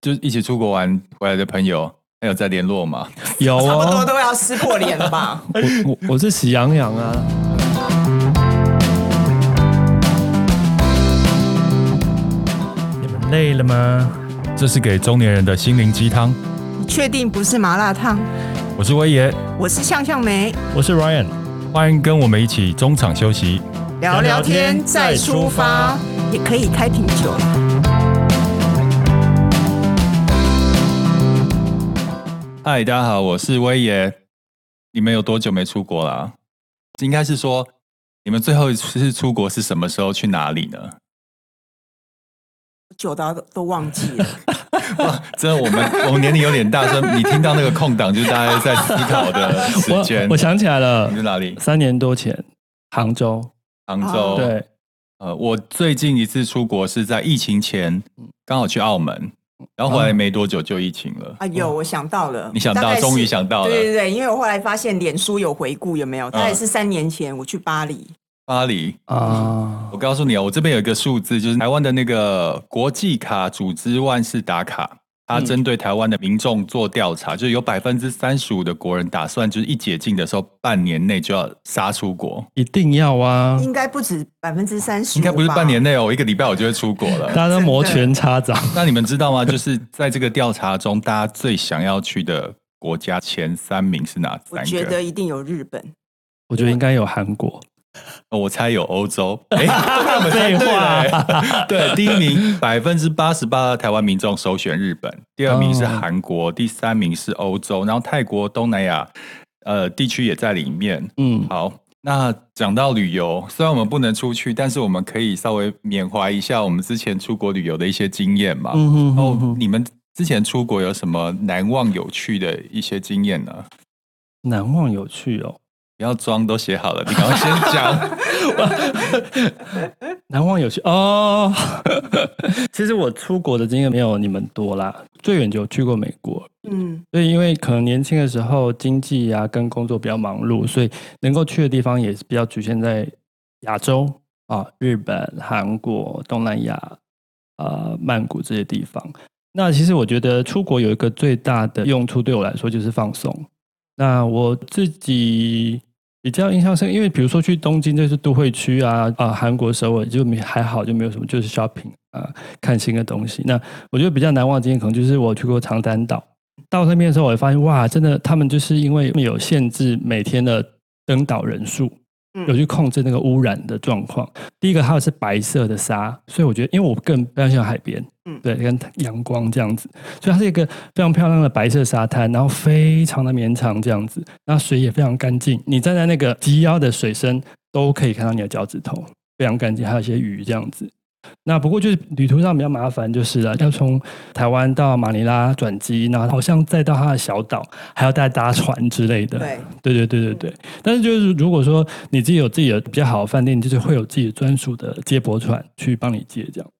就是一起出国玩回来的朋友，还有在联络 吗？有啊差不多哦，都要撕破脸了 吧？我我我是喜羊羊啊。你们累了吗？这是给中年人的心灵鸡汤。确定不是麻辣烫？我是威爷，我是向向梅，我是 Ryan，欢迎跟我们一起中场休息。聊聊天再出发，也可以开瓶酒了。嗨，大家好，我是威爷。你们有多久没出国啦、应该是说，你们最后一次出国是什么时候？去哪里呢？酒都都忘记了， 哇，真的，我们 我们年龄有点大，所以你听到那个空档，就是大家在思考的时间。我我想起来了你，是哪里？三年多前杭州，杭哦州。，啊对，呃，我最近一次出国是在疫情前，刚好去澳门，然后回来没多久就疫情了。哎呦，我想到了，哦你想大到概，是终于想到了。嗯对对对，因为我后来发现脸书有回顾，有没有？大概是三年前我去巴黎，巴黎，啊我，告诉你哦，我这边有一个数字，就是台湾的那个国际卡组织万事达卡，它嗯针对台湾的民众做调查，就是有百分之三十五的国人打算就是一解禁的时候，半年内就要杀出国。一定要啊，应该不止百分之三嗯十，应该不是半年内哦，一个礼拜我就会出国 了。大家都摩拳擦掌，那你们知道吗？就是在这个调查中，大家最想要去的国家前三名是哪我三觉个得？一定有日本，我觉得应该有韩国，哦我猜有欧 洲。哎，我们猜对了哎 对，第一名百分之八十八的台湾民众首选日本，第二名是哦韩国，第三名是欧洲，然后泰国、东南亚呃地区也在里面。嗯，好，那讲到旅游，虽然我们不能出去，但是我们可以稍微缅怀一下我们之前出国旅游的一些经验嘛。嗯哼哼哦，哼，你们之前出国有什么难忘有趣的一些经验呢？难忘有趣哦，不要装，都写好了，你赶快先 讲。难忘有趣哦。 其实我出国的经验没有你们多啦，最远就去过美国，嗯，所以因为可能年轻的时候经济啊跟工作比较忙碌，所以能够去的地方也是比较局限在亚洲啊，日本、韩国、东南亚、呃曼谷这些地方。那其实我觉得出国有一个最大的用处，对我来说就是放松。那我自己比较印象深，因为比如说去东京，就是都会区啊，啊韩国首尔就没还好，就没有什么，就是 shopping 啊，看新的东西。那我觉得比较难忘的经验，可能就是我去过长滩岛。到那边的时候，我发现哇，真的，他们就是因为有限制每天的登岛人数嗯，有去控制那个污染的状况。第一个还有是白色的沙，所以我觉得，因为我更非常喜欢海边，嗯嗯，对，跟阳光这样子，所以它是一个非常漂亮的白色沙滩，然后非常的绵长这样子，然后水也非常干净，你站在那个及腰的水深都可以看到你的脚趾头，非常干净，还有一些鱼这样子。那不过就是旅途上比较麻烦，就是了，要从台湾到马尼拉转机，然后好像再到它的小岛，还要再搭船之类的。对，对对对对对。嗯但是就是如果说你自己有自己的比较好的饭店，你就是会有自己的专属的接驳船去帮你接这样，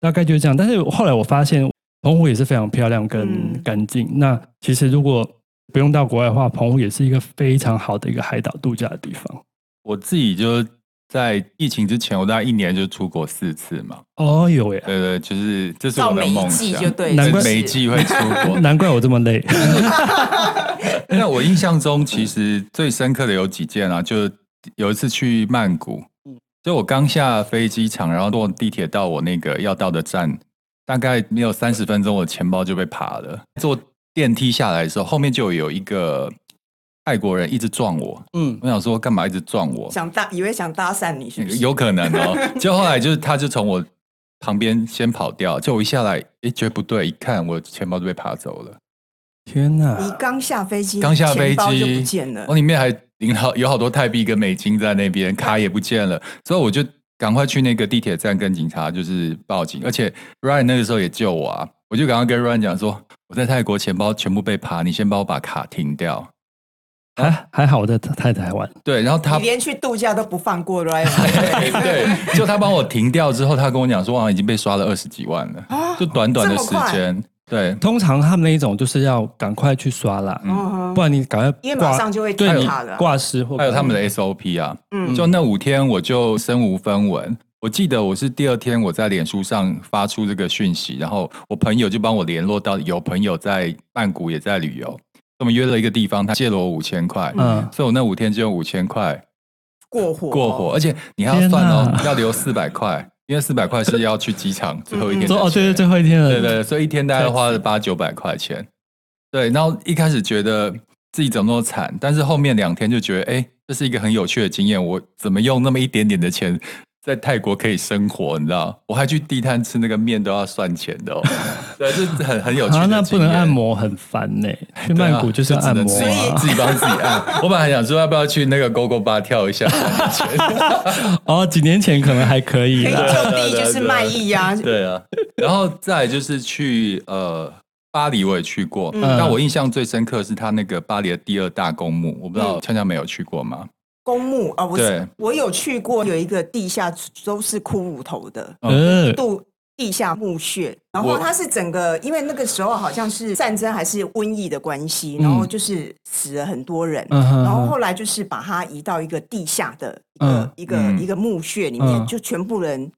大概就是这样。但是后来我发现澎湖也是非常漂亮跟嗯干净。那其实如果不用到国外的话，澎湖也是一个非常好的一个海岛度假的地方。我自己就在疫情之前，我大概一年就出国四次嘛。哦哟耶，对对，就是这是到我的每一梦季想。就对，难对怪每一季会出国。难怪我这 么累。 那我印象中，其实最深刻的有几件啊，就有一次去曼谷，就我刚下飞机场，然后坐地铁到我那个要到的站，大概没有三十分钟，我的钱包就被扒了。坐电梯下来的时候，后面就有一个泰国人一直撞我，嗯，我想说干嘛一直撞我？想搭以为想搭讪你是不是？有可能哦。就后来就是他就从我旁边先跑掉，就我一下来，诶，觉得不对，一看我钱包就被扒走了。天哪！你刚下飞机，刚下飞钱包就机哦不见了我，里面还领好有好多泰币跟美金在那边，卡也不见了，所以我就赶快去那个地铁站跟警察就是报警，而且 Ryan 那个时候也救我啊，我就赶快跟 Ryan 讲说我在泰国钱包全部被扒，你先帮我把卡停掉。还啊还好我在太台湾，对，然后你他连去度假都不放 过 Ryan 对，就他帮我停掉之后，他跟我讲说哇已经被刷了二十几万了，啊就短短的这么时快间。对，通常他们那一种就是要赶快去刷啦，嗯不然你赶快挂因为马上就会对停你卡了挂失或还有他们的 SOP 啊，嗯就那五天我就身无分文，我记得我是第二天我在脸书上发出这个讯息，然后我朋友就帮我联络到有朋友在曼谷也在旅游，我们约了一个地方，他借了我五千块，嗯，所以我那五天就用五千块过火过火，，而且你还要天算哦哪，要留四百块，因为四百块是要去机场最后一天的说钱。哦，对对，最后一天了，对对，所以一天大概花了八九百块钱。对，然后一开始觉得自己怎么那么惨，但是后面两天就觉得，哎，这是一个很有趣的经验。我怎么用那么一点点的钱，在泰国可以生活？你知道，我还去地摊吃那个面都要算钱的哦。对，这是很很有趣的、啊，那不能按，摩很烦呢、去对啊曼谷就是要只按能摩自己啊。自己帮自己按。我本来还想说要不要去那个勾勾吧跳一下，哦，几年前可能还可以可以啦。就地就是卖艺啊， 对啊，然后再来就是去呃巴黎，我也去过。嗯但我印象最深刻是他那个巴黎的第二大公墓，我不知道锵锵没有去过吗？公墓啊，我是对我有去过，有一个地下都是骷髅头的呃，度地下墓穴，然我后它是整个，因为那个时候好像是战争还是瘟疫的关嗯系，然后就是死了很多人，嗯哼然后后来就是把它移到一个地下的一个、嗯一个、嗯一个墓穴里面，嗯就全部人，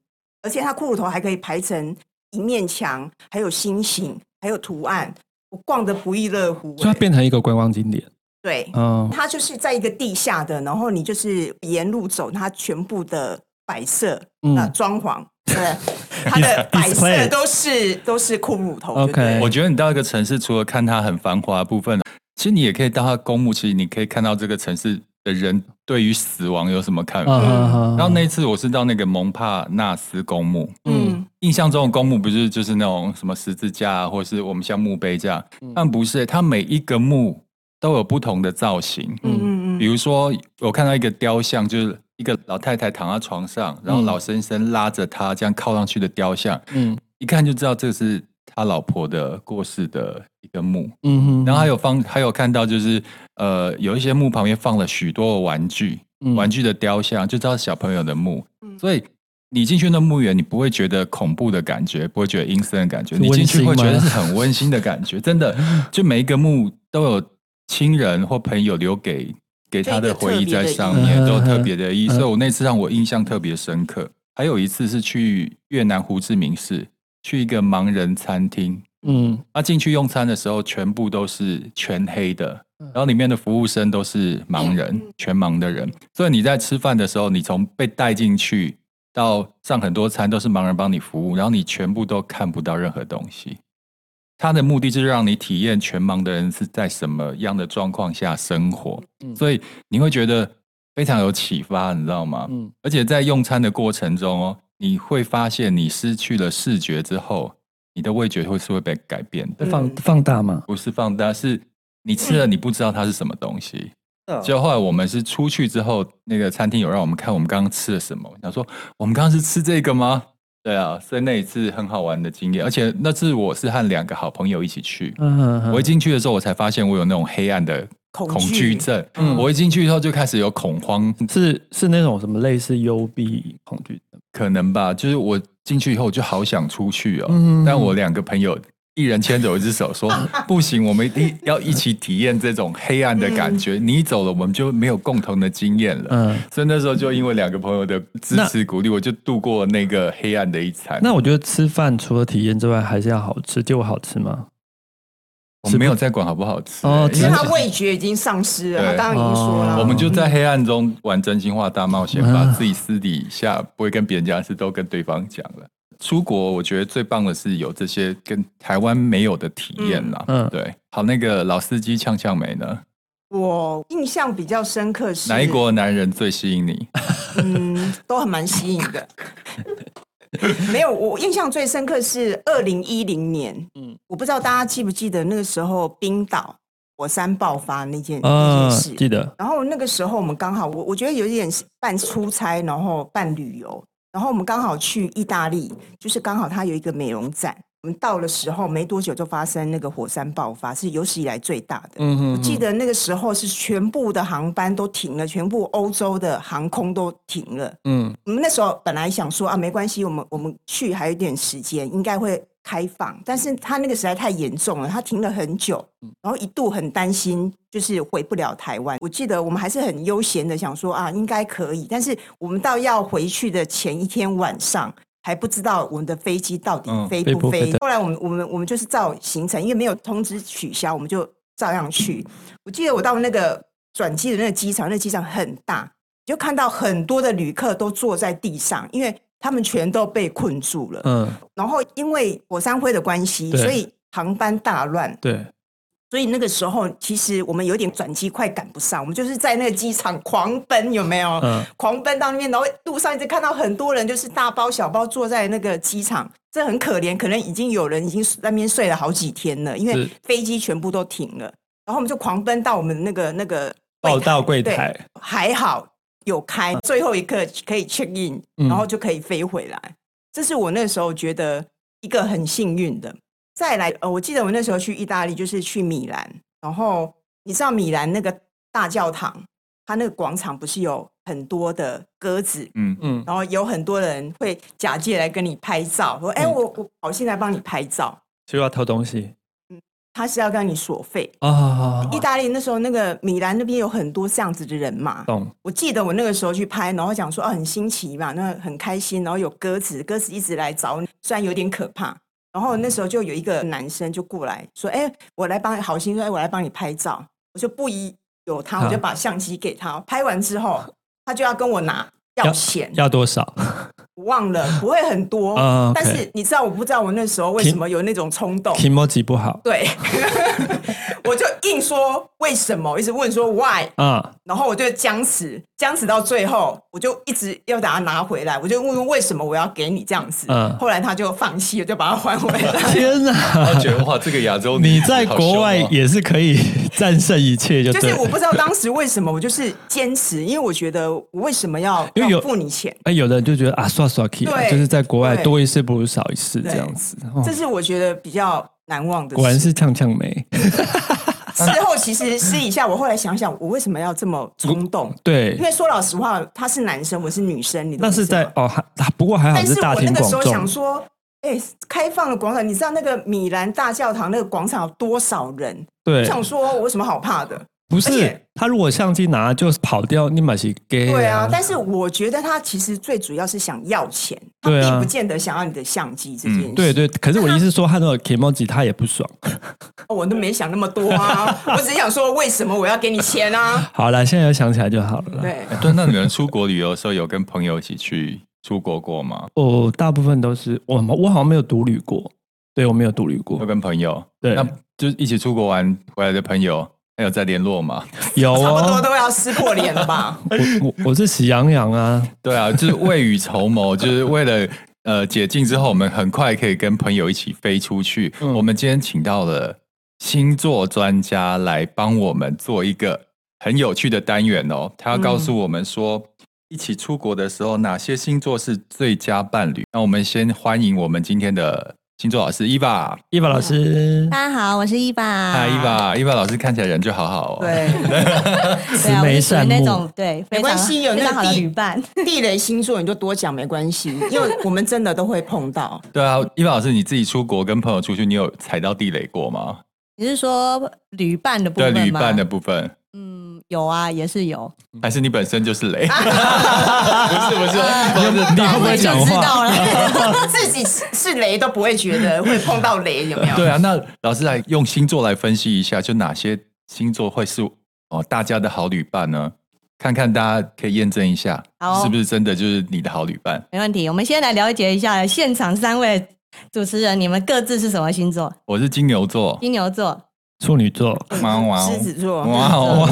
而且它骷髅头还可以排成一面墙，还有星星，还有图案，我逛得不亦乐乎、所以它欸。变成一个观光景点。对，嗯，它就是在一个地下的，然后你就是沿路走，它全部的摆设、嗯那装潢， 对，它的摆 display 设都是都是骷髅头。 OK 对不对我觉得你到一个城市，除了看它很繁华的部分，其实你也可以到它的公墓，其实你可以看到这个城市的人对于死亡有什么看啊法。哈哈嗯然后那一次我是到那个蒙帕纳斯公墓，嗯，印象中的公墓不是就是那种什么十字架啊，或是我们像墓碑这样，但不是、它每一个墓都有不同的造型。嗯嗯比嗯，如说，我看到一个雕像，就是一个老太太躺在床上，然后老先生拉着她这样靠上去的雕像，嗯一看就知道这是他老婆的过世的一个墓。嗯哼，然后还有放，还有看到就是呃，有一些墓旁边放了许多玩具，嗯玩具的雕像，就知道是小朋友的墓。嗯所以你进去那墓园，你不会觉得恐怖的感觉，不会觉得阴森的感觉，是你进去温会馨觉吗得是很温馨的感 觉。真的，就每一个墓都有亲人或朋友留给给他的回忆在上面，就一个特别的意都有特别的意义。义嗯嗯嗯所以我那次让我印象特别深刻。还有一次是去越南胡志明市，去一个盲人餐厅，嗯他进去用餐的时候，全部都是全黑的，然后里面的服务生都是盲人，全盲的人。所以你在吃饭的时候，你从被带进去到上很多餐都是盲人帮你服务，然后你全部都看不到任何东西。他的目的就是让你体验全盲的人是在什么样的状况下生活，嗯所以你会觉得非常有启发，你知道吗？嗯而且在用餐的过程中哦，你会发现你失去了视觉之后，你的味觉会是会被改变的，放嗯放大嘛，不是放大，是你吃嗯了你不知道它是什么东西。就后来我们是出去之后，那个餐厅有让我们看我们刚刚吃了什么，我想说我们刚刚是吃这个吗？对啊，所以那一次很好玩的经验，而且那次我是和两个好朋友一起去，嗯哼哼我一进去的时候我才发现我有那种黑暗的恐恐惧惧症，嗯我一进去以后就开始有恐慌是是那种什么类似幽闭恐惧症，可能吧，就是我进去以后我就好想出去哦，嗯但我两个朋友一人牵着我一只手说不行，我们一定要一起体验这种黑暗的感觉，你走了我们就没有共同的经验了。嗯。所以那时候就因为两个朋友的支持鼓励，我就度过那个黑暗的一餐。那我觉得吃饭除了体验之外，还是要好吃。结果好吃吗？我们没有在管好不好吃哦因因为为只他味觉已经丧失了，对他刚刚已经说哦了，我们就在黑暗中玩真心话大冒险，嗯把自己私底下不会跟别人讲的事都跟对方讲了。出国，我觉得最棒的是有这些跟台湾没有的体验啦。嗯嗯对。好，那个老司机呛呛梅呢？我印象比较深刻是哪一国的男人最吸引你？嗯， 都很蛮吸引的。 没有，我印象最深刻是二零一零年，嗯嗯，我不知道大家记不记得那个时候冰岛火山爆发那件、啊那，件记事。得，然后那个时候我们刚好，我我觉得有一点是半出差，然后半旅游，然后我们刚好去意大利，就是刚好它有一个美容展，我们到的时候没多久就发生那个火山爆发，是有史以来最大的。嗯哼记得那个时候是全部的航班都停了，全部欧洲的航空都停了。嗯我们那时候本来想说啊，没关系，我们我们去还有一点时间，应该会开放，但是他那个实在太严重了，他停了很久，然后一度很担心，就是回不了台湾。我记得我们还是很悠闲的想说啊，应该可以，但是我们到要回去的前一天晚上。还不知道我们的飞机到底嗯飞飞不不飞飞的。后来我们我们我们就是照行程，因为没有通知取消，我们就照样去。我记得我到那个转机的那个机场，那机场很大，就看到很多的旅客都坐在地上，因为他们全都被困住了。嗯，然后因为火山灰的关系，对所以航班大乱，对，所以那个时候其实我们有点转机快赶不上，我们就是在那个机场狂奔，有没有？嗯，狂奔到那边，然后路上一直看到很多人，就是大包小包坐在那个机场，这很可怜，可能已经有人已经在那边睡了好几天了，因为是飞机全部都停了，然后我们就狂奔到我们那个那个柜报台到柜对台，还好有开，最后一刻可以 check in，嗯然后就可以飞回来。这是我那时候觉得一个很幸运的。再来，呃，我记得我那时候去意大利，就是去米兰，然后你知道米兰那个大教堂，它那个广场不是有很多的鸽子，嗯，嗯，然后有很多人会假借来跟你拍照，说：“哎、嗯我我跑进来帮你拍照。就要偷东西”他是要跟你索费。啊，意大利那时候那个米兰那边有很多这样子的人嘛，懂，我记得我那个时候去拍，然后讲说哦很新奇嘛，那很开心，然后有鸽子，鸽子一直来找你，虽然有点可怕。然后那时候就有一个男生就过来说：“哎、我来帮你，好心说，哎，我来帮你拍照。”我就不疑有他，我就啊把相机给他。拍完之 后，他就要跟我拿要钱，要多少？我忘了， 不会很多。啊，OK 但是你知道，我不知道我那时候为听什么有那种冲动， emoji 不好对， 我就硬说为什么，一直问说 why，啊，然后我就僵持，僵持到最后，我就一直要把它拿回来，我就问问为什么我要给你这样子。嗯后来他就放弃，我就把它还回来。天哪！他哦觉得哇，这个亚洲女 你子在好国凶外哦也是可以 战胜一切，就啊就 对是我了。不知道当时为什么，我就是坚持，因为我觉得我为什么要因为有要付你钱，哎，有的人就觉得啊，刷刷 key，对就是在国外对多一事不如少一事对这样子。哦这是我觉得比较难忘的事。果然是呛呛梅，事后其实私底下，我后来想想，我为什么要这么冲动？ 对因，为说老实话，他是男生，我是女生，你懂那是我意思吗在哦，还啊不过还好但是大我那庭个广时候想众，说，哎、开放的广场，你知道那个米兰大教堂那个广场有多少人？我对，想说，我有什么好怕的？不而是且他如果相机拿就跑掉，你马是 gay 对啊，但是我觉得他其实最主要是想要钱，他对啊嗯并不见得想要你的相机这件事。对对，可是我意思是说，他那个 emoji 他也不爽。哦，我都没想那么多啊，我只是想说，为什么我要给你钱 啊？好了，现在有想起来就好了啦。对，哎 对，那你们出国旅游的时候有跟朋友一起去出国过吗？哦，大部分都是我，我好像没有独旅过。 对，我没有独旅过有。跟朋友，对那就是一起出国玩回来的朋友，还有在联络吗？有差不多哦，都要撕破脸了吧？我我我是喜羊羊啊，对啊，就是未雨绸缪，就是为了呃解禁之后，我们很快可以跟朋友一起飞出去。嗯我们今天请到了星座专家来帮我们做一个很有趣的单元哦，他要告诉我们说。一起出国的时候，哪些星座是最佳伴侣？那我们先欢迎我们今天的星座老师伊娃。伊凡老师，大家好，我是伊爸。嗨，伊娃，伊娃老师看起来人就好好哦。对，对啊，慈我眉是属于善那目种对，没关系有那非个常好的地旅伴。地雷星座你就多讲没关系，因为我们真的都会碰到。对啊，伊凡老师，你自己出国跟朋友出去，你有踩到地雷过吗？你是说旅伴的部对分吗？旅伴的部分，嗯，有啊，也是有。 还是你本身就是雷？不是不是，你会不会讲就知话？道了。 自己是是雷都不会觉得会碰到雷，有没有？对啊。那老师来用星座来分析一下，就哪些星座会是哦大家的好旅伴呢？看看大家可以验证一下，好哦是不是真的就是你的好旅伴？没问题，我们先来了解一下现场三位主持人，你们各自是什么星座？我是金牛座，金牛座，处女座、哇哦哇哦狮子座，哇哦，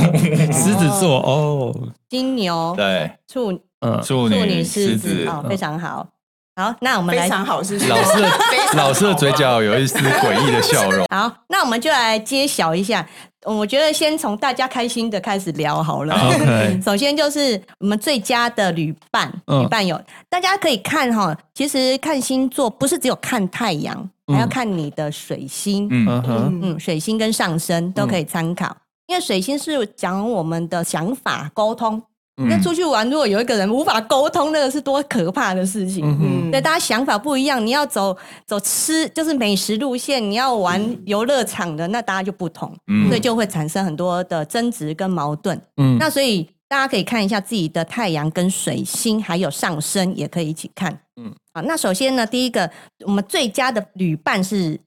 狮子座哦，金牛对，处处嗯，处女、女、狮狮子子，嗯哦，非常好。好，那我们非来常好，是不是？老师的 非常好老师的嘴角有一丝诡异的笑 容。好，那我们就来揭晓一下。我觉得先从大家开心的开始聊好了。嗯 OK，首先就是我们最佳的旅伴，嗯旅伴有大家可以看哈，其实看星座不是只有看太阳，嗯还要看你的水星，嗯嗯哼，水星跟上升都可以参考，因为水星是讲我们的想法、沟通嗯那出去玩，如果有一个人无法沟通，那个是多可怕的事情。嗯哼，对，大家想法不一样，你要走走吃就是美食路线，你要嗯玩游乐场的，那大家就不同，嗯所以就会产生很多的争执跟矛盾。嗯，那所以大家可以看一下自己的太阳跟水星，还有上升，也可以一起看。嗯嗯，好，那首先呢，第一个我们最佳的旅伴是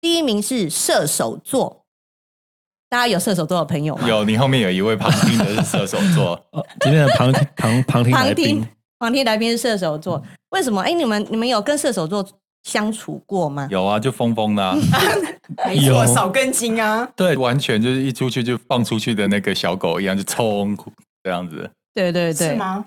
第一名是射手座，大家有射手座的朋友吗？有，你后面有一位旁听的是射手座，哦今天的旁听旁旁听来旁宾听，黄天来宾是射手座，为什么？哎、你们你们有跟射手座相处过吗？有啊，就疯疯的、啊，没错，少根筋啊，对，完全就是一出去就放出去的那个小狗一样，就冲这样子。对对对，是吗？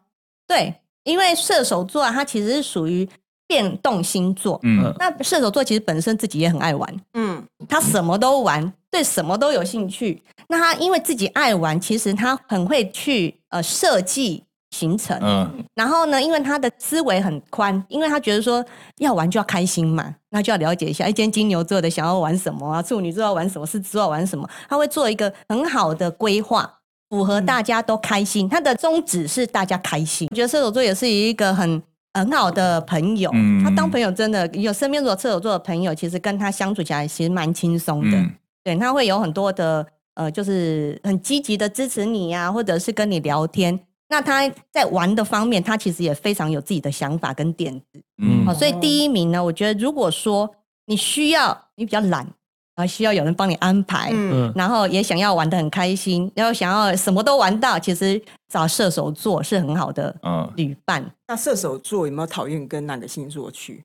对，因为射手座啊，它其实是属于变动星座。嗯，那射手座其实本身自己也很爱玩，嗯，他什么都玩，对什么都有兴趣。那他因为自己爱玩，其实他很会去呃设计行程。嗯，然后呢，因为他的思维很宽，因为他觉得说要玩就要开心嘛，那就要了解一下，哎，今天金牛座的想要玩什么啊，处女座要玩什么，狮子座要玩什么，他会做一个很好的规划，符嗯合大家都开心。他的宗旨是大家开心。我觉得射手座也是一个很很好的朋友，嗯他当朋友真的有身边如果射手座的朋友，其实跟他相处起来其实蛮轻松的。嗯对，他会有很多的呃，就是很积极的支持你呀、或者是跟你聊天。那他在玩的方面，他其实也非常有自己的想法跟点子。嗯哦，所以哦第一名呢，我觉得如果说你需要你比较懒，啊，需要有人帮你安排，嗯，嗯，然后也想要玩得很开心，然后想要什么都玩到，其实找射手座是很好的嗯，旅伴。那射手座有没有讨厌跟哪个星座去？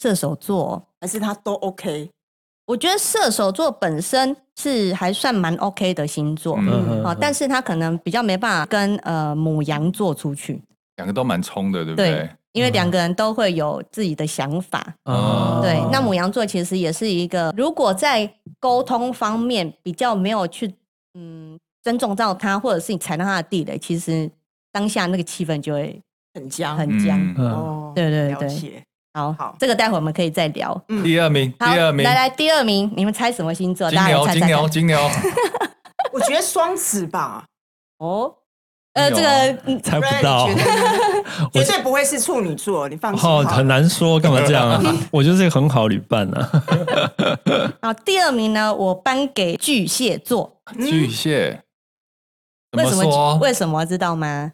射手座，还是他都 OK？我觉得射手座本身是还算蛮 OK 的星座，嗯嗯哦，但是他可能比较没办法跟呃母羊座出去，两个都蛮冲的，对不对对？因为两个人都会有自己的想法。嗯啊对，那母羊座其实也是一个，如果在沟通方面比较没有去嗯尊重到他，或者是你踩到他的地雷，其实当下那个气氛就会很僵，很僵。嗯嗯哦，对对了对解。好，好这个待会我们可以再聊。第二名，第好，二名，来来第二名，你们猜什么星座？金大家牛，来猜金猜牛，看。金牛，我觉得双子吧，哦，呃，金这牛个嗯猜不然到绝，对我绝对不会是处女座，你放心好哦，了。很难说，干嘛这样？啊我就是一个很好旅伴啊。好，第二名呢，我颁给巨蟹座。巨蟹，怎嗯为么什说？为什么知道吗？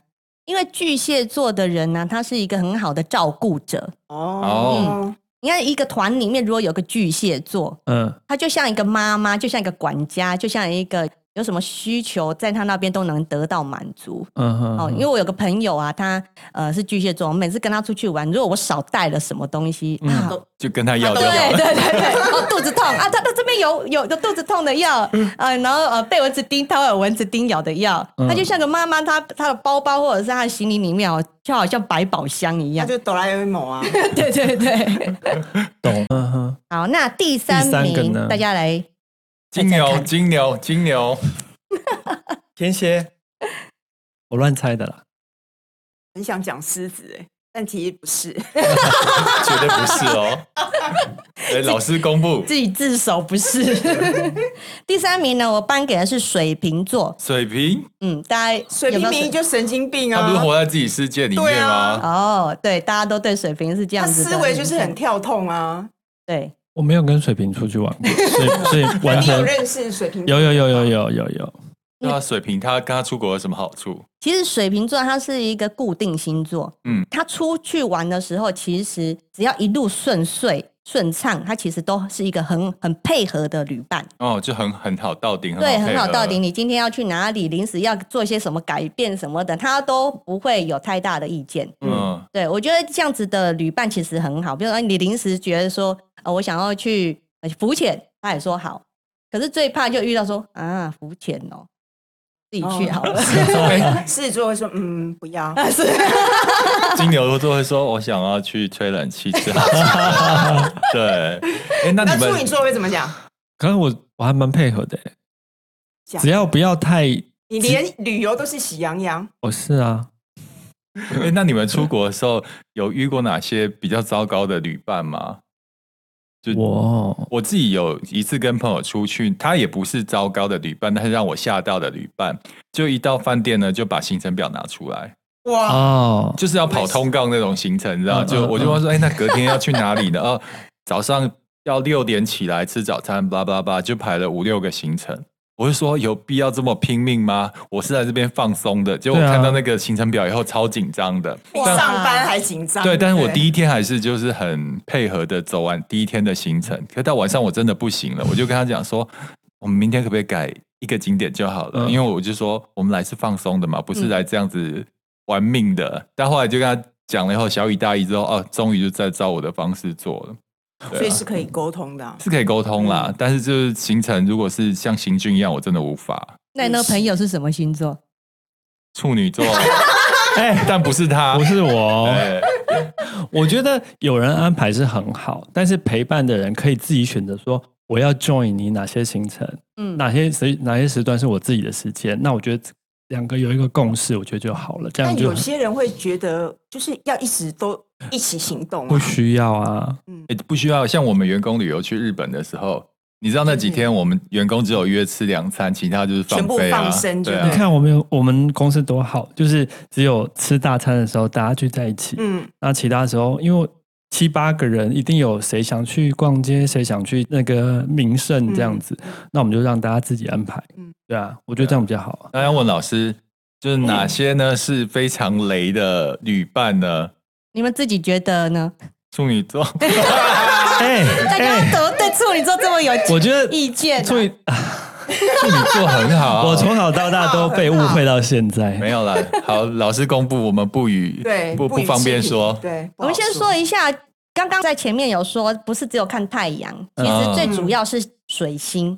因为巨蟹座的人呢、他是一个很好的照顾者。哦，你看嗯一个团里面如果有个巨蟹座，嗯他就像一个妈妈，就像一个管家，就像一个有什么需求在他那边都能得到满足。嗯哼，哦，因为我有个朋友啊，他呃是巨蟹座，我每次跟他出去玩，如果我少带了什么东西、嗯啊，就跟他要就对好对了。对 对，哦，肚子痛啊，他他这边有有有肚子痛的药，呃，然后呃被蚊子叮，他会有蚊子叮咬的药，嗯他就像个妈妈，她她的包包或者是她的行李里面哦，就好像百宝箱一那样。就哆啦 A 梦啊，对对对，懂，嗯哼， 好，那第三第三个名呢大家来金牛，金牛，金 牛，天蝎，我乱猜的啦。很想讲狮子哎，但其实不是。绝对不是 哦。哎，老师公布，自己自首 不是？第三名呢，我颁给的是水瓶座，水瓶，嗯，大家水有瓶没有明明就神经病他不是啊，活在自己世界里对面啊吗？哦，对，大家都对水瓶是这他样子的思维就是很印象跳痛啊。对，我没有跟水瓶出去玩过，所以所以 完你有全认识水瓶？有有有有有有有，对啊，水瓶，他跟他出国有什么好处？其实水瓶座它是一个固定星座，嗯嗯，他出去玩的时候，其实只要一路顺遂顺畅，他其实都是一个很很配合的旅伴，哦，就很很好到顶，对，很配好合到顶。。你今天要去哪里，临时要做些什么改变什么的，他都不会有太大的意见。嗯对我觉得这样子的旅伴其实很好，比如说你临时觉得说，呃，我想要去呃浮潜，他也说好，可是最怕就遇到说啊浮潜哦，自己哦去 好了，哎狮子座会说嗯不要，是。金牛座会说：“我想要去吹冷气，吃好吃的。”对，哎，那那你处女们座会怎么讲？可是我我还蛮配合的欸，讲只要不要太，你连旅游都是喜羊羊，我是啊，哎，那你们出国的时候有遇过哪些比较糟糕的旅伴吗？就哇，我自己有一次跟朋友出去，他也不是糟糕的旅伴，但是让我吓到的旅伴，就一到饭店呢就把行程表拿出来，哇，啊哦，就是要跑通告那种行程，你知道？嗯就嗯我就问说，哎，那隔天要去哪里呢？ 哦，早上要六点起来吃早餐，巴拉巴拉巴拉，就排了五六个行程。我就说有必要这么拼命吗？我是来这边放松的。结果我对啊看到那个行程表以后，超紧张的。比但上班还紧啊张。对，但是我第一一天还是就是很配合的走完第一天的行程，可到晚上我真的不行了，我就跟他讲说，我们明天可不可以改一个景点就好了？嗯因为我就说我们来是放松的嘛，不是嗯来这样子玩命的。但后来就跟他讲了以后，小以大意之后，哦，终于就再照我的方式做了。对啊所以是可以沟通的啊、是可以沟通啦，嗯但是就是行程如果是像行军一样，我真的无法。 那你那个朋友是什么星座？处女 座，哎，但不是他，不是我哦，啊哎我觉得有人安排是很好，但是陪伴的人可以自己选择说我要 join 你哪些行程，嗯，哪些时哪些时段是我自己的时间。那我觉得两个有一个共识，我觉得就好了，这样但就有很些人会觉得，就是要一直都一起行动、不啊。需要啊。嗯，欸不需要。像我们员工旅游去日本的时候，你知道那几天我们员工只有约吃两餐，其他就是放飞啊，嗯全部放生就对你啊。看我们有我们公司多好，就是只有吃大餐的时候大家聚在一起，嗯，那其他时候，因为七八个人，一定有谁想去逛街，谁想去那个名胜这样嗯子，那我们就让大家自己安排。嗯对啊，我觉得这样比较好啊。那要问老师，就是哪些呢是非常雷的旅伴呢？你们自己觉得呢？处女座， 哎、啊大哎家怎么对处女座这么有我觉得意见啊？ 处女，处女座很好，啊我从小到大都被误会到现在。没有啦。好，老师公布，我们不予对，不予方便置评说。对，我们先说一下，刚刚在前面有说，不是只有看太阳，其实嗯最主要是水星。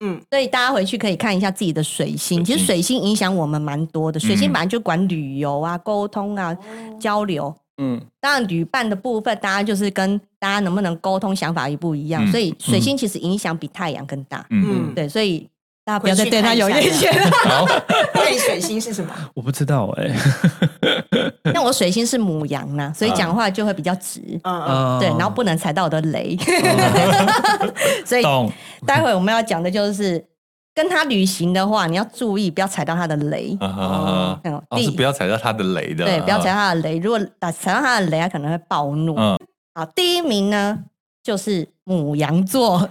嗯，所以大家回去可以看一下自己的水星，水星嗯其实水星影响我们蛮多的。水星本来就管旅游啊、沟通啊、交流。嗯，当然旅伴的部分，大家就是跟大家能不能沟通想法也不一样，嗯所以水星其实影响比太阳更大。嗯，嗯，对，所以大家不要再回去对他看一有下意见了。好， 哎那你水星是什么？我不知道哎、 那我水星是母羊啊呐、所以讲话就会比较直。嗯哦嗯，啊，哦对，然后不能踩到我的 雷， 所以懂，待会我们要讲的就是跟他旅行的话，你要注意不要踩到他的雷。啊哈哈嗯，老师不要踩到他的雷的，对，不要踩啊。他的雷。如果打踩到他的雷，他可能会暴怒。嗯好，第一名呢就是母羊座，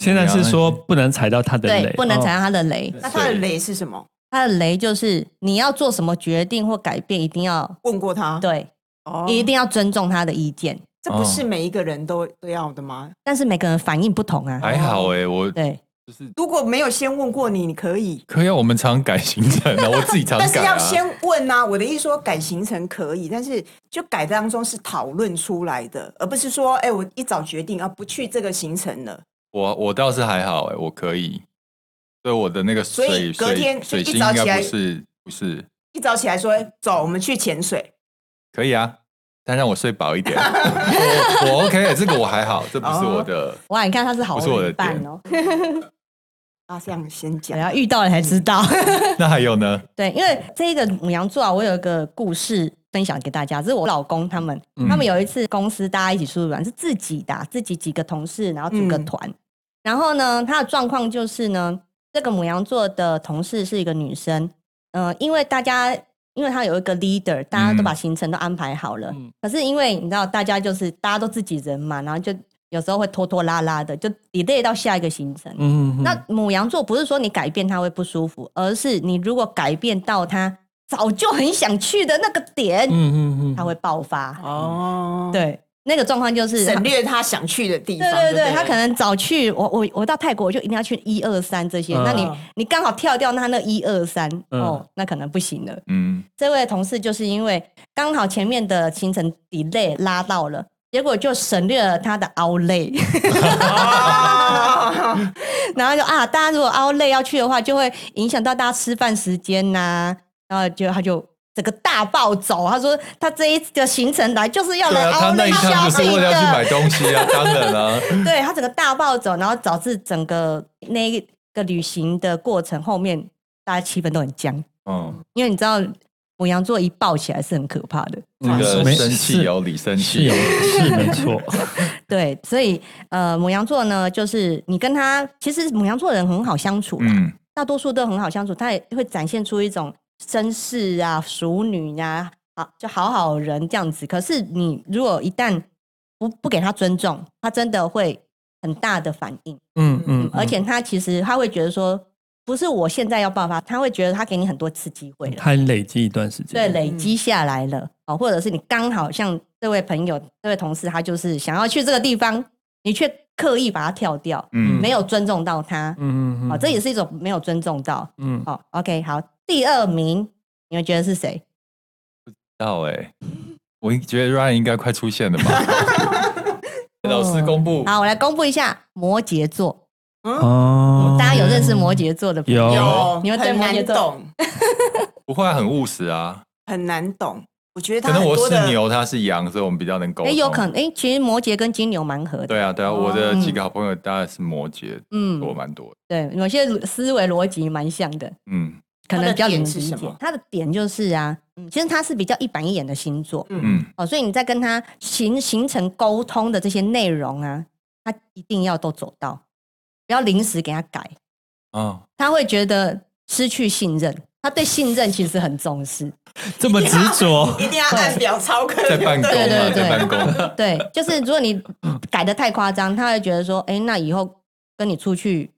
现在是说不能踩到他的对雷，，不能踩哦。到他的雷。那他的雷是什么？他的雷就是你要做什么决定或改变，一定要问过他，，对，哦，一定要尊重他的意见。这不哦是每一个人都都要的吗？但是每个人反应不同啊，还好哎，我对，就是如果没有先问过你，你可以，可以啊，我们常改行程啊，我自己常改但啊。是要先问啊。我的意思说，改行程可以，但是就改当中是讨论出来的，而不是说，哎，我一早决定啊，不去这个行程了，我我倒是还好哎、我可以。对我的那个所水以隔水天水就星一早应起该来不是不是一早起来说，走，我们去潜水，可以啊，但让我睡饱 一点，我我 OK，欸这个我还好，这不是我的。哇，你看他是好不是我的旅伴哦，啊，这样先讲等。下遇到了才知道。 哦那还有呢？对，因为这个母羊座啊，我有一个故事分享给大家，这是我老公他们，嗯他们有一次公司大家一起出去玩，是自己的啊、自己几个同事，然后组个嗯团。然后呢，他的状况就是呢，这个母羊座的同事是一个女生，呃，因为大家。因为他有一个 leader，大家都把嗯行程都安排好了。嗯可是因为你知道，大家就是大家都自己人嘛，然后就有时候会拖拖拉拉的，就 delay 到下一个行程。嗯，那母羊座不是说你改变他会不舒服，而是你如果改变到他早就很想去的那个点，嗯嗯嗯，他会爆发。哦，对，那个状况就是省略他想去的地对方。对对对，不他可能早去，我我我到泰国我就一定要去一二三这些，嗯那你嗯你刚好跳掉他那一二三，嗯哦，那可能不行了。 嗯，这位同事就是因为刚好前面的行程 delay 拉到了，结果就省略了他的 out 累。 哦然后就啊，大家如果熬累要去的话，就会影响到大家吃饭时间呐、然后就他就整个大暴走，他说他这一个行程来就是要对来啊，他熬那累一趟消就是费为了要去买的，东西啊，当然啦、对他整个大暴走，然后导致整个那一个旅行的过程后面大家气氛都很僵，嗯， 因为你知道。母羊座一抱起来是很可怕的。那个嗯没生气是有理生是气有，是没错，对，所以呃，母羊座呢，就是你跟他，其实母羊座人很好相处啦，啊嗯，大多数都很好相处，他也会展现出一种绅士啊、淑女呀、啊，就好好人这样子。可是你如果一旦不不给他尊重，他真的会很大的反应。嗯嗯，而且他其实他会觉得说，不是我现在要爆发，他会觉得他给你很多次机会了，嗯他嗯累积一段时间，对，累积下来了哦，或者是你刚好像这位朋友、这位同事，他就是想要去这个地方，你却刻意把他跳掉，嗯没有尊重到他，嗯嗯哦，这也是一种没有尊重到。嗯，哦，OK，好，第二名，你们觉得是谁？到哎，我觉得 Ryan 应该快出现了吧？ 老师公嗯布，好，我来公布一下摩羯座，哦，大家有认识摩羯座的朋友？有有，你们对很摩羯难座懂，不会啊很务实啊，很难懂。我觉得可他能很我多是哦的牛，他是羊，所以我们比较能沟哎、通。啊有可能，哎、其实摩羯跟金牛蛮合的。对啊，对啊，我的哦几个好朋友大概是摩羯，嗯，我蛮多的，对，有些思维逻辑蛮像的，嗯可能比较能理他的点是什解么。他的点就是啊，嗯，其实他是比较一板一眼的星座，嗯，哦，所以你在跟他形形成沟通的这些内容啊，他一定要都走到，不要临时给他改，哦啊，他会觉得失去信任。他对信任其实很重视，这么执着，一定要按表操课， 在办公对对嘛，对在办 公，对，就是如果你改的太夸张，他会觉得说，哎、那以后跟你出去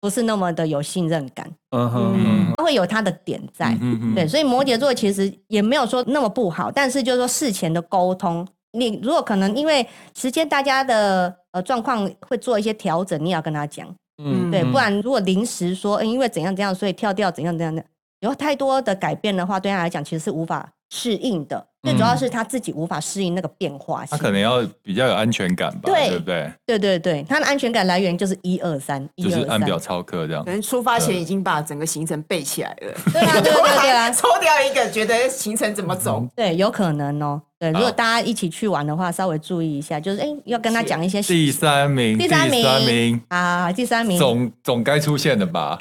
不是那么的有信任感，嗯哼，嗯他会有他的点在。嗯嗯对，所以摩羯座其实也没有说那么不好，但是就是说事前的沟通，你如果可能因为时间大家的呃状况会做一些调整，你也要跟他讲，嗯，对，不然如果临时说、诶因为怎样怎样，所以跳掉怎样怎样的，有太多的改变的话，对他来讲其实是无法适应的，最主要是他自己无法适应那个变化嗯他性。可能要比较有安全感吧，对对不对？对对对，他的安全感来源就是一二三，一就是按二三，表操课这样可。能出发前已经把整个行程背起来了，，对啊对对对对 啊抽掉一个，觉得行程怎么走，对，有可能哦。对，如好果大家一起去玩的话，稍微注意一下，就是哎、诶要跟他讲一些第三名，第三名啊，第三名，总总该出现的吧？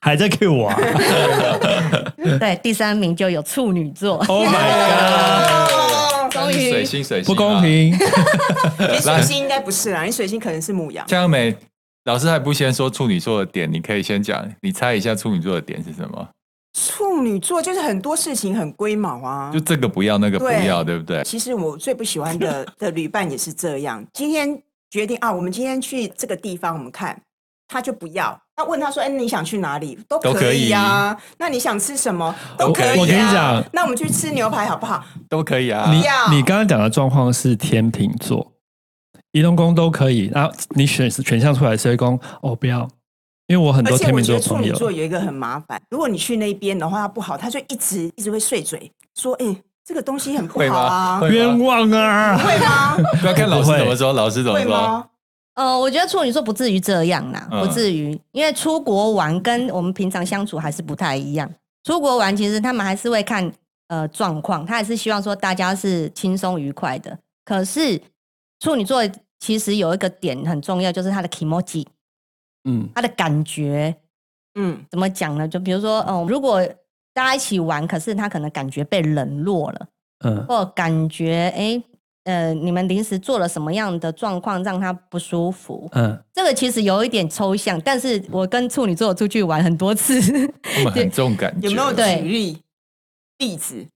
还在 Q 我啊？对，第三名就有处女 座， ，Oh my 终于水星水 god，星不啊公。平，哦你水星应该不是啦，你水星可能是母羊，江美老师还不先说处女座的点，你可以先讲，你猜一下处女座的点是什么？处女座就是很多事情很龟毛啊就。这个不要，那个不对要，对不对？其实我最不喜欢 的的旅伴也是这样。今天决定啊，我们今天去这个地方，我们看他就不要。他问他说：“哎，你想去哪里？都都可可以呀、啊。那你想吃什么都可以、啊。我跟你讲，那我们去吃牛排好不好？都可以啊。你要 你刚刚讲的状况是天秤座，移动工都可以，然后你选选项出来，谁工哦不要，因为我很而多且天我秤觉座得处朋女友，啊座有一个很麻烦，如果你去那边的话，他不好，他就一直一直会碎嘴说：“哎、这个东西很不会好吗？啊。”会冤吗？枉啊！会吗？不要看老师怎么说，老师怎么会说？吗？呃，我觉得处女座不至于这样啦，嗯不至于，因为出国玩跟我们平常相处还是不太一样。出国玩其实他们还是会看呃状况，他还是希望说大家是轻松愉快的。可是处女座其实有一个点很重要，就是他的 emoji，嗯，他的感觉嗯，怎么讲呢？就比如说，嗯、如果大家一起玩，可是他可能感觉被冷落了。嗯或感觉哎、诶呃，你们临时做了什么样的状况让他不舒服？嗯，这个其实有一点抽象，但是我跟处女座出去玩很多次，他们很重感觉，有没有对举例例子？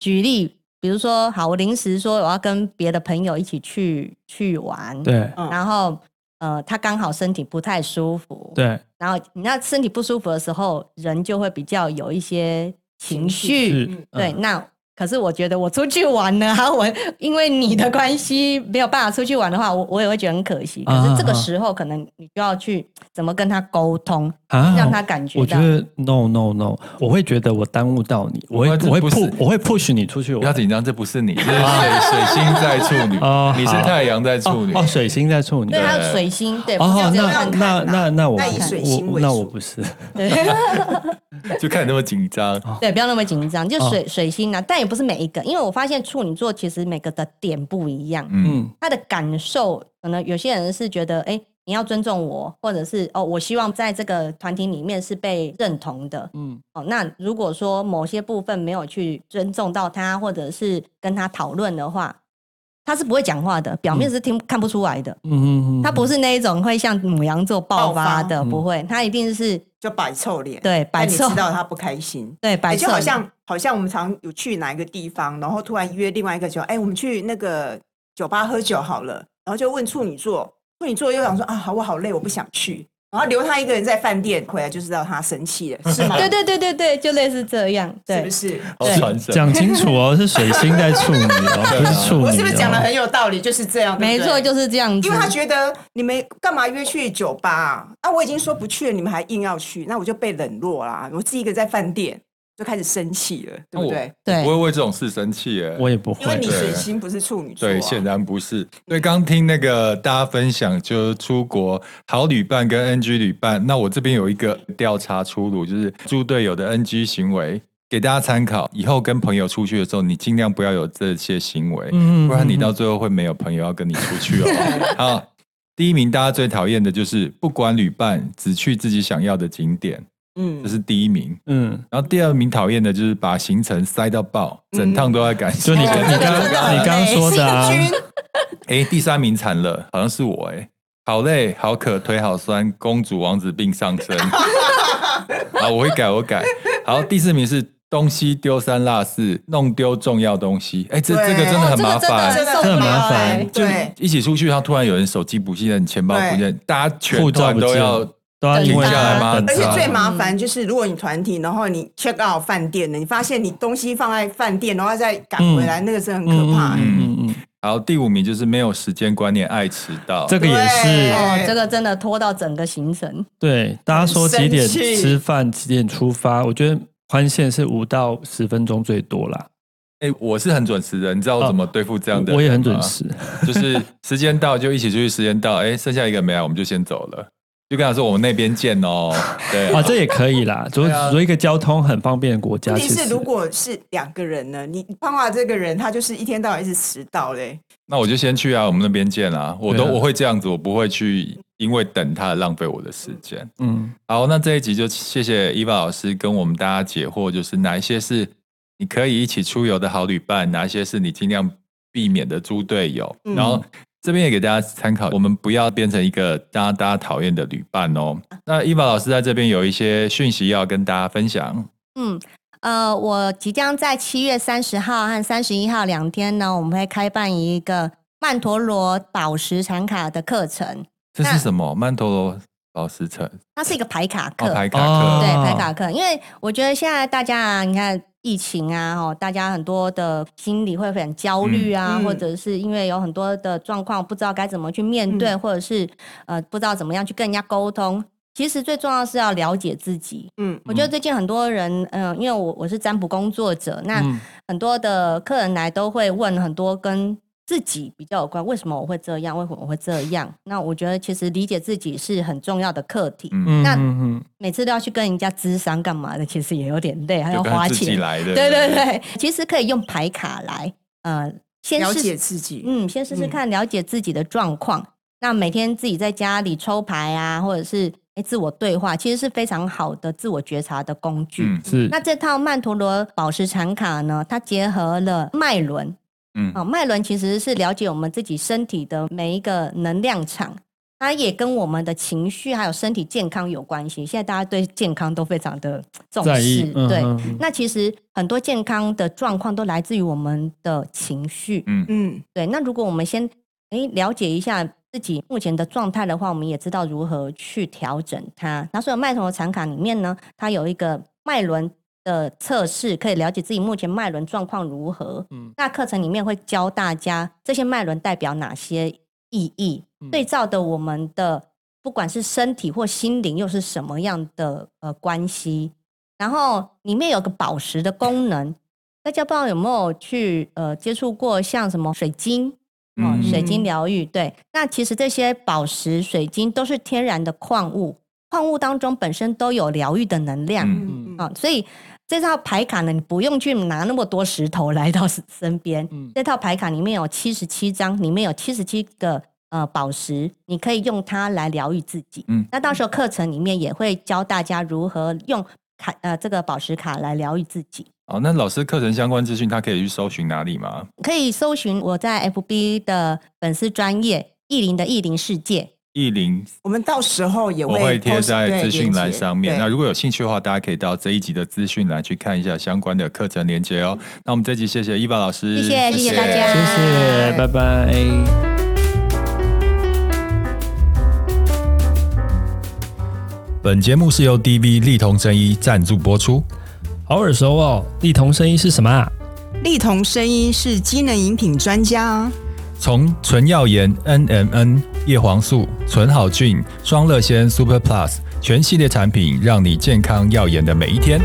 举例，比如说，好，我临时说我要跟别的朋友一起去去玩，，对嗯然后呃，他刚好身体不太舒服，，对然后你那身体不舒服的时候，人就会比较有一些情绪，是，对，嗯那可是我觉得我出去玩呢， 啊我因为你的关系没有办法出去玩的话，我我也会觉得很可惜。可是这个啊啊嗯时候，可能你就要去怎么跟他沟通，啊让他感觉我觉到。得 no no no，我会觉得我耽误到你，我会不是我会不是 push 我会 push 你出去不要玩。紧张，这不是你，这是水啊水星在处女哦，你是好太阳在处女哦，。哦水星在处女对，。还有对水星，对，不哦要，这样那 看那看那那我那以水我星我为那主我不是，对就看你那么紧张。对，不要那么紧张。就哦水水星啊，但也不是每一个，因为我发现处女座其实每个的点不一样，嗯，嗯他的感受可能有些人是觉得，哎，你要尊重我，或者是哦，我希望在这个团体里面是被认同的。嗯，哦，那如果说某些部分没有去尊重到他，或者是跟他讨论的话，他是不会讲话的，表嗯面是听、看不出来的。嗯嗯他不是那一种会像母羊座爆发的，爆发不会，他一定是就摆臭脸，对嗯但摆臭你，知道他不开心。对摆哎就臭，好像好像我们常有去哪一个地方，然后突然约另外一个说，哎，我们去那个酒吧喝酒好了，然后就问处女座，处女座又想说啊，好我好累，我不想去，然后留他一个人在饭店，回来就知道他生气了，是吗？对对对对对，就类似这样，是对不。是？好对哦传神。啊讲清楚哦，是水星在处女 哦，不是处女、哦。我是不是讲的很有道理？就是这样，对没不对错，就是这样子。因为他觉得你们干嘛约去酒吧啊？啊我已经说不去了，你们还硬要去，那我就被冷落啦。我自己一个在饭店就开始生气了，对不对？我对不会为这种事生气耶。我也不因为会你对水星不是处女座、啊，对，显然不是。对，刚听那个大家分享，就是出国好旅伴跟 NG 旅伴。那我这边有一个调查出炉，就是猪队友的 NG 行为，给大家参考。以后跟朋友出去的时候，你尽量不要有这些行为，嗯嗯不然你到最后会没有朋友要跟你出去哦。好，第一名大家最讨厌的就是不管旅伴，只去自己想要的景点，这嗯，是第一名。嗯，然后第二名讨厌的就是把行程塞到爆，整趟都在赶时嗯就间。哦你你刚真的你刚刚说的啊，哎，第三名惨了，好像是我哎，好累，好渴，腿好酸，公主王子病上身。啊，我会改，我改。好，第四名是东西丢三落四，弄丢重要东西。哎，这对这个真的很麻哦这烦。个真的受这很不了麻烦哎就对一起出去，然后突然有人手机不见，钱包不见，大家全护照团不都见要都要因为停下来吗等而且他最麻嗯烦就是，如果你团体，然后你 check out 饭店了，你发现你东西放在饭店，然后再赶回来，那个是很可怕。嗯嗯嗯嗯，然后第五名就是没有时间观念，爱迟到。这个也对是哦，这个真的拖到整个行程，对大家说几点很生气吃饭，几点出发，我觉得宽限是五到十分钟最多啦。哎、我是很准时的，你知道我怎么对付这样的、啊我也很准，时，就是时间到就一起出去，时间到，哎、剩下一个没来，我们就先走了。就跟他说我们那边见 哦，对，啊，这也可 以啦。主啊主一个交通很方便的国家，问其题是，实如果是两个人呢？你你胖华这个人，他就是一天到晚一直迟到嘞。那我就先去啊，我们那边见啊。我都、对啊我会这样子，我不会去因为等他浪费我的时间。嗯好，那这一集就谢谢伊娃老师跟我们大家解惑，就是哪一些是你可以一起出游的好旅伴，哪一些是你尽量避免的猪队友。嗯然后这边也给大家参考，我们不要变成一个大家大家讨厌的旅伴哦。那伊娃老师在这边有一些讯息要跟大家分享。嗯。呃，我即将在七月三十号和三十一号两天呢，我们会开办一个曼陀罗宝石产卡的课程，这是那什么？曼陀罗宝石城它是一个牌卡课，哦，牌卡哦克对，排卡课，因为我觉得现在大家啊，你看疫情啊，哦，大家很多的心理会很焦虑啊，嗯嗯或者是因为有很多的状况不知道该怎么去面对，嗯或者是呃不知道怎么样去跟人家沟通。其实最重要是要了解自己。嗯，我觉得最近很多人，嗯、因为我我是占卜工作者，那嗯很多的客人来都会问很多跟自己比较有关，为什么我会这样，为什么我会这样？那我觉得其实理解自己是很重要的课题。嗯那嗯嗯，每次都要去跟人家咨商干嘛的，其实也有点累，还要就跟他哎花自己钱。来的，对对对，其实可以用牌卡来，呃，先了试解试，自己。嗯，先试试嗯看，了解自己的状况。那每天自己在家里抽牌啊，或者是哎自我对话，其实是非常好的自我觉察的工具。嗯是那这套曼陀罗宝石产卡呢，它结合了脉轮，嗯哦，脉轮其实是了解我们自己身体的每一个能量场，它也跟我们的情绪还有身体健康有关系。现在大家对健康都非常的重在视意，，嗯对。嗯嗯那其实很多健康的状况都来自于我们的情绪，嗯嗯，对。那如果我们先诶了解一下自己目前的状态的话，我们也知道如何去调整它。那所有脉头的产卡里面呢，它有一个脉轮的测试，可以了解自己目前脉轮状况如何。嗯那课程里面会教大家这些脉轮代表哪些意义，嗯对照的我们的不管是身体或心灵又是什么样的呃关系。然后里面有个宝石的功能，大家不知道有没有去呃接触过像什么水晶哦，嗯水晶疗愈对。那其实这些宝石、水晶都是天然的矿物，矿物当中本身都有疗愈的能量。嗯嗯啊、所以这套牌卡呢，你不用去拿那么多石头来到身身边。嗯这套牌卡里面有七十七张，里面有七十七个呃宝石，你可以用它来疗愈自己。嗯嗯，那到时候课程里面也会教大家如何用卡呃这个宝石卡来疗愈自己。哦，那老师课程相关资讯，他可以去搜寻哪里吗？可以搜寻我在 FB 的粉丝专业意林的意林世界，意林我们到时候也我会会贴 post- 在对资讯栏连接上面。对那如果有兴趣的话，大家可以到这一集的资讯栏去看一下相关的课程连接哦。那我们这集谢谢伊娃老师，谢谢谢谢大家，谢谢，拜拜。本节目是由 DV 力同生医赞助播出。好耳熟哦，力同声音是什么啊？丽彤声音是机能饮品专家啊，从纯耀颜 NMN、叶黄素、纯好菌、双乐仙 Super Plus 全系列产品，让你健康耀眼的每一天。